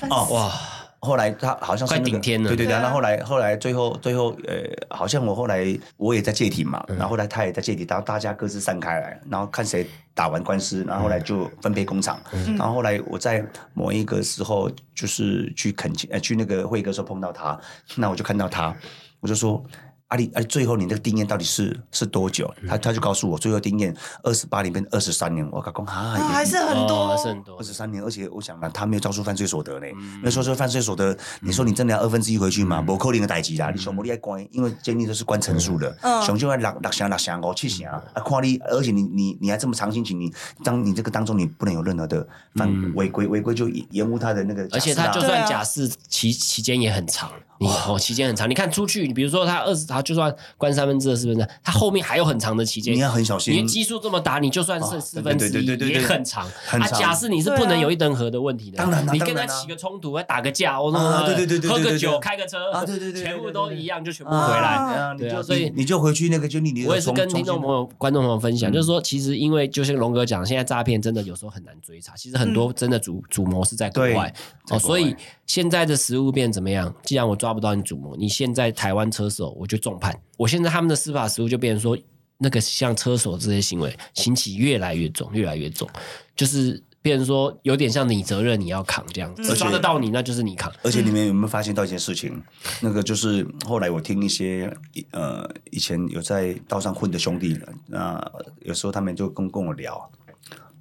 S2: 哦，
S3: 哇，
S2: 后来他好像是
S3: 快
S2: 那个
S3: 顶天了
S2: 对对对。
S1: 对啊
S2: 然后后来后来最后最后呃，好像我后来我也在戒体
S3: 嗯
S2: 嘛，然后后来他也在戒体，然后大家各自散开来，然后看谁打完官司，然后后来就分配工厂。
S3: 嗯
S2: 然后后来我在某一个时候就是去恳请呃去那个会议的时候碰到他，那我就看到他，我就说。阿里，阿里，最后你那个定谳到底是是多久？他他就告诉我，最后定谳二十八年变二十三年。我讲讲啊，
S1: 啊，还是很
S3: 哦
S1: 多
S3: 还是很多
S2: 二，十三年，而且我想了，他没有招收犯罪所得呢，没有招收犯罪所得，你说你真的要二分之一回去嘛？无扣零的代志啦，你想无你爱关，因为监狱都是关成数的，
S1: 嗯
S2: 上就要六六成、六成、五七成啊，看你，而且你你你还这么长心情，你当你这个当中你不能有任何的犯违规，违规就延误他的那个假
S3: 而且
S2: 释
S3: 他
S2: 啊，
S3: 就
S1: 对
S3: 算
S1: 啊
S3: 假释期期间也很长，你哦期间很长，你看出去，你比如说他二十，他就算关三分之二四分之二，他后面还有很长的期间，
S2: 你要很小心
S3: 你基数这么大，你就算剩
S2: 哦
S3: 四分之
S2: 对
S3: 一
S2: 对对对对
S3: 也很长，
S2: 很
S3: 啊，
S2: 长
S3: 假设你是不
S1: 对
S3: 能
S1: 啊
S3: 有一等和的问题的，
S2: 当然啦
S3: 你跟
S2: 当
S3: 他
S2: 然啦
S3: 起个冲突，打个架，或者
S2: 啊
S3: 什么
S2: 对对对对
S3: 喝
S2: 对
S3: 个
S2: 对
S3: 酒
S2: 对
S3: 开个车
S2: 啊对对对对
S3: 全部
S2: 对对
S3: 都
S2: 对
S3: 一样，就全部
S2: 啊
S3: 回来。
S2: 对啊，你
S3: 对啊
S2: 就
S3: 所以
S2: 你你就回去那个监狱里，
S3: 我也是跟听众
S2: 重
S3: 朋友、嗯观众朋友分享，就是说，其实因为就像龙哥讲，现在诈骗真的有时候很难追查，其实很多真的主主谋嗯是在国
S2: 对
S3: 外
S2: 在国外
S3: 哦，所以现在的食物变怎么样？既然我抓不到你主谋，你现在台湾车手我就重判，我现在他们的司法实务就变成说，那个像车手这些行为刑期越来越重，越来越重，就是变成说有点像你责任你要扛这样，子，
S2: 而且
S3: 嗯抓得到你那就是你扛，
S2: 而且你
S3: 嗯
S2: 们有没有发现到一件事情？那个就是后来我听一些呃以前有在道上混的兄弟，那、有时候他们就跟跟我聊，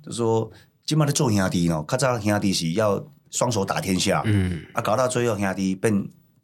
S2: 就说今嘛的做兄弟哦，较早兄弟是要双手打天下，
S3: 嗯
S2: 啊搞到最后兄弟变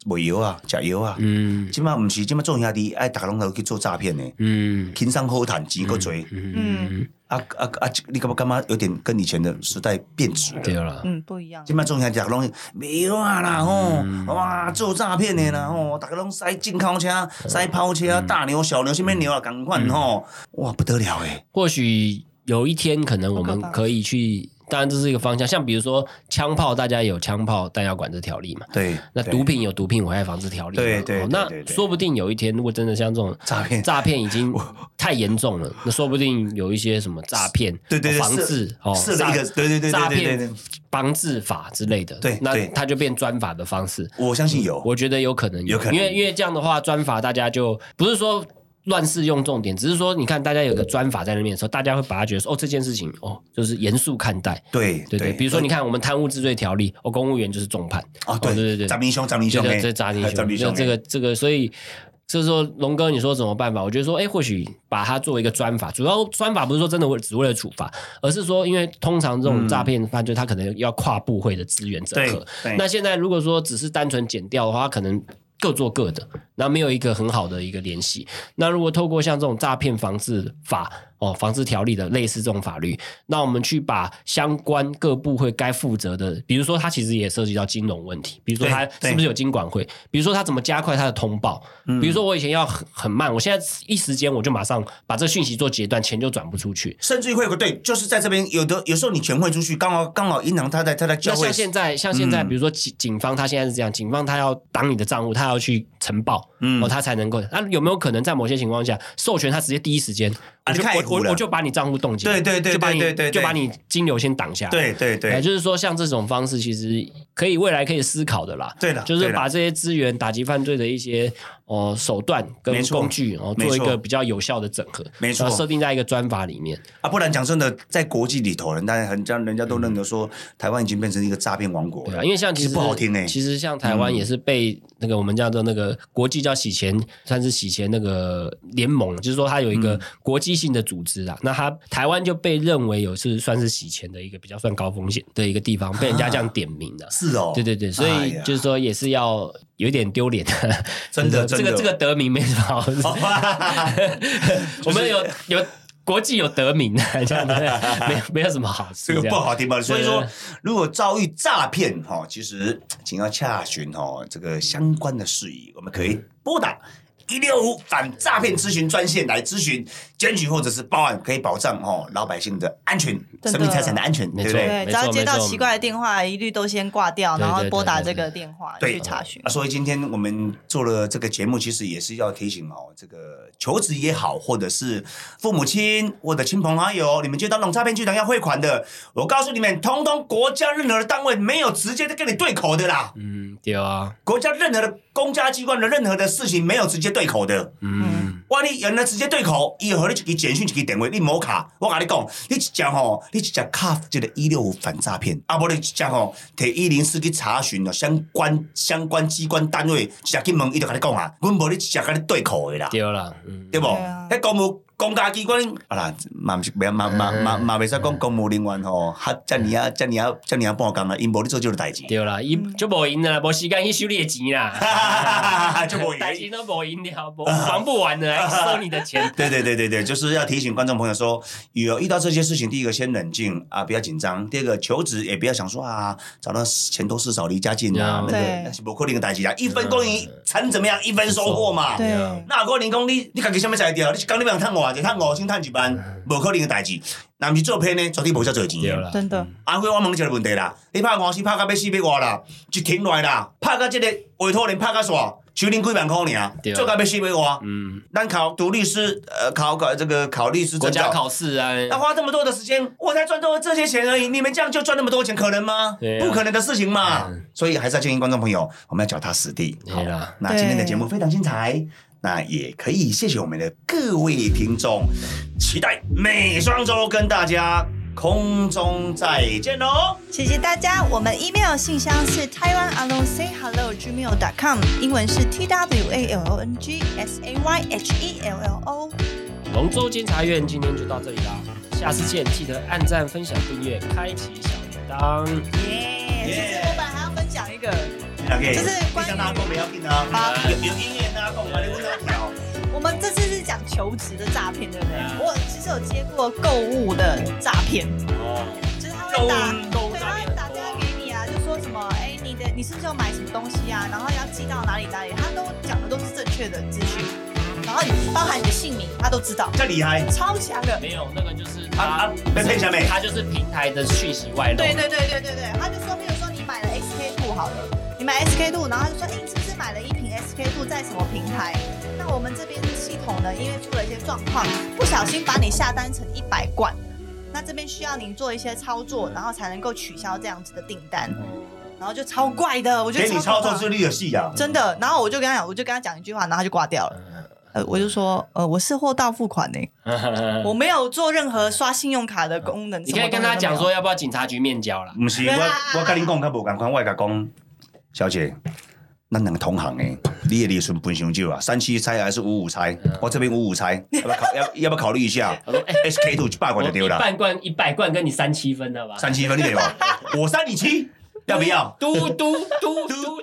S2: 卖药啊，食药啊。
S3: 嗯
S2: 即马毋是，即马做兄弟爱逐个拢来去做诈骗的，
S3: 嗯
S2: 轻松好趁钱够多。
S3: 嗯，
S2: 啊啊啊！你感觉感觉有点跟以前的时代变质了
S3: 对。了，
S1: 嗯，不一样
S2: 即。摆总兄逐个拢没有啊啦吼，哇做诈骗的啦吼，逐个拢塞进口车、塞跑车、大牛、小牛、什么牛啊，共款吼，哇不得了欸诶！
S3: 或许有一天可能我们可以去。当然，这是一个方向。像比如说枪炮，大家有枪炮弹药管制条例嘛，
S2: 对，
S3: 那
S2: 对
S3: 毒品有毒品危害防治条例嘛，
S2: 对对对
S3: 哦那
S2: 对对
S3: 说不定有一天，如果真的像这种
S2: 诈骗
S3: 诈骗已经太严重了，那说不定有一些什么诈骗
S2: 对对对
S3: 防
S2: 设
S3: 治哦，
S2: 设了一个
S3: 诈
S2: 对对对对
S3: 诈
S2: 对对对
S3: 骗防治法之类的，
S2: 对
S3: 那
S2: 对
S3: 它就变专法的方式，
S2: 我相信有，
S3: 我觉得有可能
S2: 有可能
S3: 因为因为这样的话，专法大家就不是说。乱试用重点，只是说，你看大家有个专法在那边的时候，大家会把它觉得说，哦，这件事情，哦，就是严肃看待，
S2: 对
S3: 对对。比如说，你看我们贪污治罪条例，哦，公务员就是重判，
S2: 哦
S3: 对
S2: 对
S3: 对对
S2: 张明兄，张明兄
S3: 这
S2: 诶，
S3: 这砸你
S2: 哎
S3: 兄，
S2: 明
S3: 这
S2: 兄
S3: 这个这个，所以这时候龙哥你说怎么办法？我觉得说，哎，或许把它作为一个专法，主要专法不是说真的为只为了处罚，而是说，因为通常这种诈骗犯罪，他可能要跨部会的资源整
S2: 对
S3: 合。
S2: 对
S3: 那现在如果说只是单纯减掉的话，它可能。各做各的，那没有一个很好的一个联系。那如果透过像这种诈骗防治法哦、防治条例的类似这种法律，那我们去把相关各部会该负责的，比如说它其实也涉及到金融问题，比如说
S2: 对
S3: 它
S2: 对
S3: 是不是有金管会，比如说它怎么加快它的通报，比如说我以前要很很慢，我现在一时间我就马上把这讯息做截断，钱就转不出去。
S2: 甚至于会有个对，就是在这边有的有时候你全会出去，刚好刚好银行他在他在
S3: 那
S2: 教会嗯
S3: 像，现在，像现在，比如说警警方，他现在是这样，警方他要挡你的账户，他要去呈报，
S2: 嗯
S3: 哦，他才能够。那有没有可能在某些情况下，授权他直接第一时间，我
S2: 啊你
S3: 就
S2: 太
S3: 我
S2: 糊了
S3: 我我就把你账户冻结，
S2: 对对对
S3: 就把你
S2: 对对对
S3: 就把你金流先挡下来。
S2: 对对
S3: 哎，
S2: 对
S3: 就是说像这种方式，其实可以未来可以思考的啦。
S2: 对的
S3: 就是
S2: 对的
S3: 把这些资源打击犯罪的一些哦手段跟
S2: 没错
S3: 工具，然后
S2: 没
S3: 做一个
S2: 错
S3: 比较有效的整合，
S2: 没错
S3: 然后设定在一个专法里面。
S2: 啊，不然讲真的，在国际里头，人家很家人家都认得说，台湾已经变成一个诈骗王国
S3: 对
S2: 了
S3: 啊，。因为像其实
S2: 其实不好听欸
S3: 其实像台湾也是被那个我们叫做那个国际叫洗钱，算是洗钱那个联盟，就是说它有一
S2: 嗯
S3: 个国际性的组织啊。那它台湾就被认为有是算是洗钱的一个比较算高风险的一个地方，被人家这样点名的。啊
S2: 是哦，
S3: 对对对，所
S2: 啊哎
S3: 以
S2: 呀
S3: 就是说也是要有一点丢脸，
S2: 真的 哦
S3: 这
S2: 真
S3: 个
S2: 的
S3: 这个得名没什么好。 我们有有国际有得名的，这样的 没有没有什么好事。
S2: 这个
S3: 样
S2: 不好听吧？所以说
S3: 对，
S2: 如果遭遇诈骗哈，其实请要洽询哈这个相关的事宜，我们可以拨打一六五反诈骗咨询专线来咨询、检举或者是报案，可以保障哦老百姓的安全、
S1: 真的
S2: 生命财产的安全，
S3: 没
S2: 对
S3: 错
S2: 不
S1: 对
S2: 对？，
S1: 只
S3: 没错
S1: 要接到
S3: 没错
S1: 奇怪的电话，一律都先挂掉，
S3: 对
S1: 然后
S3: 对
S1: 拨
S3: 对
S1: 打
S3: 对
S1: 这
S3: 对
S1: 个电话
S2: 对
S1: 去查询
S2: 啊，。所以今天我们做了这个节目，其实也是要提醒哦，这个求职也好，或者是父母亲或者亲朋好友，你们接到那种诈骗集团要汇款的，我告诉你们，通通国家任何的单位没有直接的跟你对口的啦。
S3: 嗯，对啊，
S2: 国家任何的公家机关的任何的事情没有直接对口的。
S3: 嗯。
S2: 哇，你原来直接对口，伊和你一个简讯一个电话，你无卡，我跟你讲，你一只吼，你一只卡这个一六五反诈骗，啊，无你一只吼，摕一零四去查询了相关相关机关单位，一只去问，伊就跟你讲啊，阮无你一只跟你对口的啦，
S3: 对啦，嗯，
S2: 对不？
S1: 对啊
S2: 迄公务公家机关，啊啦，嘛毋是，
S3: 嗯
S2: 嘛嘛嘛嘛嘛袂使讲公务人员吼，哈，遮尔啊，遮尔啊，遮尔啊半工啊，因无你做这个代志，
S3: 对啦，伊就无赢啦，无时间去收你的钱啦，
S2: 就无闲。
S3: 担心都无赢了，无还不完的，还收你的钱
S2: 对对对对 对，就是要提醒观众朋友说，有遇到这些事情，第一个先冷静啊，不要紧张；第二个求职也不要想说啊，找到钱多事少离家近啊，
S3: 嗯
S2: 那个
S1: 对
S2: 那是不可能的代志啊，一分耕耘成怎么样，一分收获
S3: 啊
S2: 嘛。
S1: 对
S2: 那如果你讲你你家己什么才啊调，你是讲你要趁偌济，趁五千，趁一万，无可能的代志。若毋是做骗呢，绝对无遮侪钱
S3: 嗯对
S2: 的。
S3: 啦，
S1: 真的，
S2: 阿辉，我问你一个问题啦，你拍官司拍到要死要活啦，一停落来啦，拍到即个委托人拍到煞，收恁几万箍尔
S3: 对，
S2: 做到要死要活。
S3: 嗯，
S2: 咱考读律师，呃，考考这个考律师
S3: 国
S2: 证
S3: 家
S2: 照，
S3: 考试啊，
S2: 那花这么多的时间，我才赚多这些钱而已，你们这样就赚那么多钱，可能吗？
S3: 对啊嗯
S2: 不可能的事情嘛。所以还是要建议观众朋友，我们要脚踏实地。
S3: 对啊啦，
S2: 那今天的
S1: 对
S2: 节目非常精彩，那也可以谢谢我们的各位听众，期待每双周跟大家空中再见哦喽。
S1: 谢谢大家。我们 email 信箱是 Taiwan Alone Say Hello gmail.com，英文是 T W A L O N G S A Y H E L L O。
S3: 龙舟监察院今天就到这里啦，下次见，记得按赞、分享、订阅、开启小铃铛。
S1: 耶！其实我本来还要分享一个，
S2: OK，
S1: 就是关于
S2: 像阿公不要紧啊，
S1: 好
S2: 有有音乐阿公啊，你不要跳。
S1: 我们这次是讲求职的诈骗，对不对？
S3: 嗯
S1: 我其实有接过购物的诈骗，
S3: 哦，
S1: 就是他会打，
S3: 购物
S1: 对，
S3: 诈
S1: 他
S3: 骗
S1: 会打电话给你啊，就说什么，哎，你的你是不是要买什么东西啊？然后要寄到哪里哪里，他都讲的都是正确的资讯，然后你包含你的姓名，他都知道，
S2: 这厉害，
S1: 超强的。
S3: 没有那个就是
S2: 啊啊
S3: 他，
S2: 被骗下面，
S3: 他就是平台的讯息外露，
S1: 对对对对对对，他就说，比如说你买了 SK two 好了，你买 SK two，然后他就说，哎、你是不是买了一瓶 SK two 在什么平台？那我们这边系统呢，因为出了一些状况，不小心把你下单成一百罐，那这边需要你做一些操作，然后才能够取消这样子的订单，然后就超怪的，我觉得
S2: 给你
S1: 超可
S2: 操
S1: 怕
S2: 作是你的戏啊。
S1: 真的。然后我就跟他讲，我就跟他讲一句话，然后他就挂掉了。
S2: 嗯
S1: 呃，我就说，呃，我是货到付款呢、 我没有做任何刷信用卡的功能。
S3: 你可以跟他讲说，要不要警察局面交啦。
S2: 不是
S1: 对啦
S2: 我，我跟你讲，较无共款，我会甲讲，小姐，咱两个同行诶，你的利润分伤少啊，三七猜还是五五猜？我这边五五猜，要不要考要要不要考虑一下
S3: 他说：“哎，
S2: ？SK two 一百
S3: 我
S2: 块就
S3: 一
S2: 丢 了，
S3: 半罐一百罐跟你三七分的吧？
S2: 三七分你得吧？我三你七，要不要？
S3: 嘟嘟
S2: 嘟
S3: 嘟嘟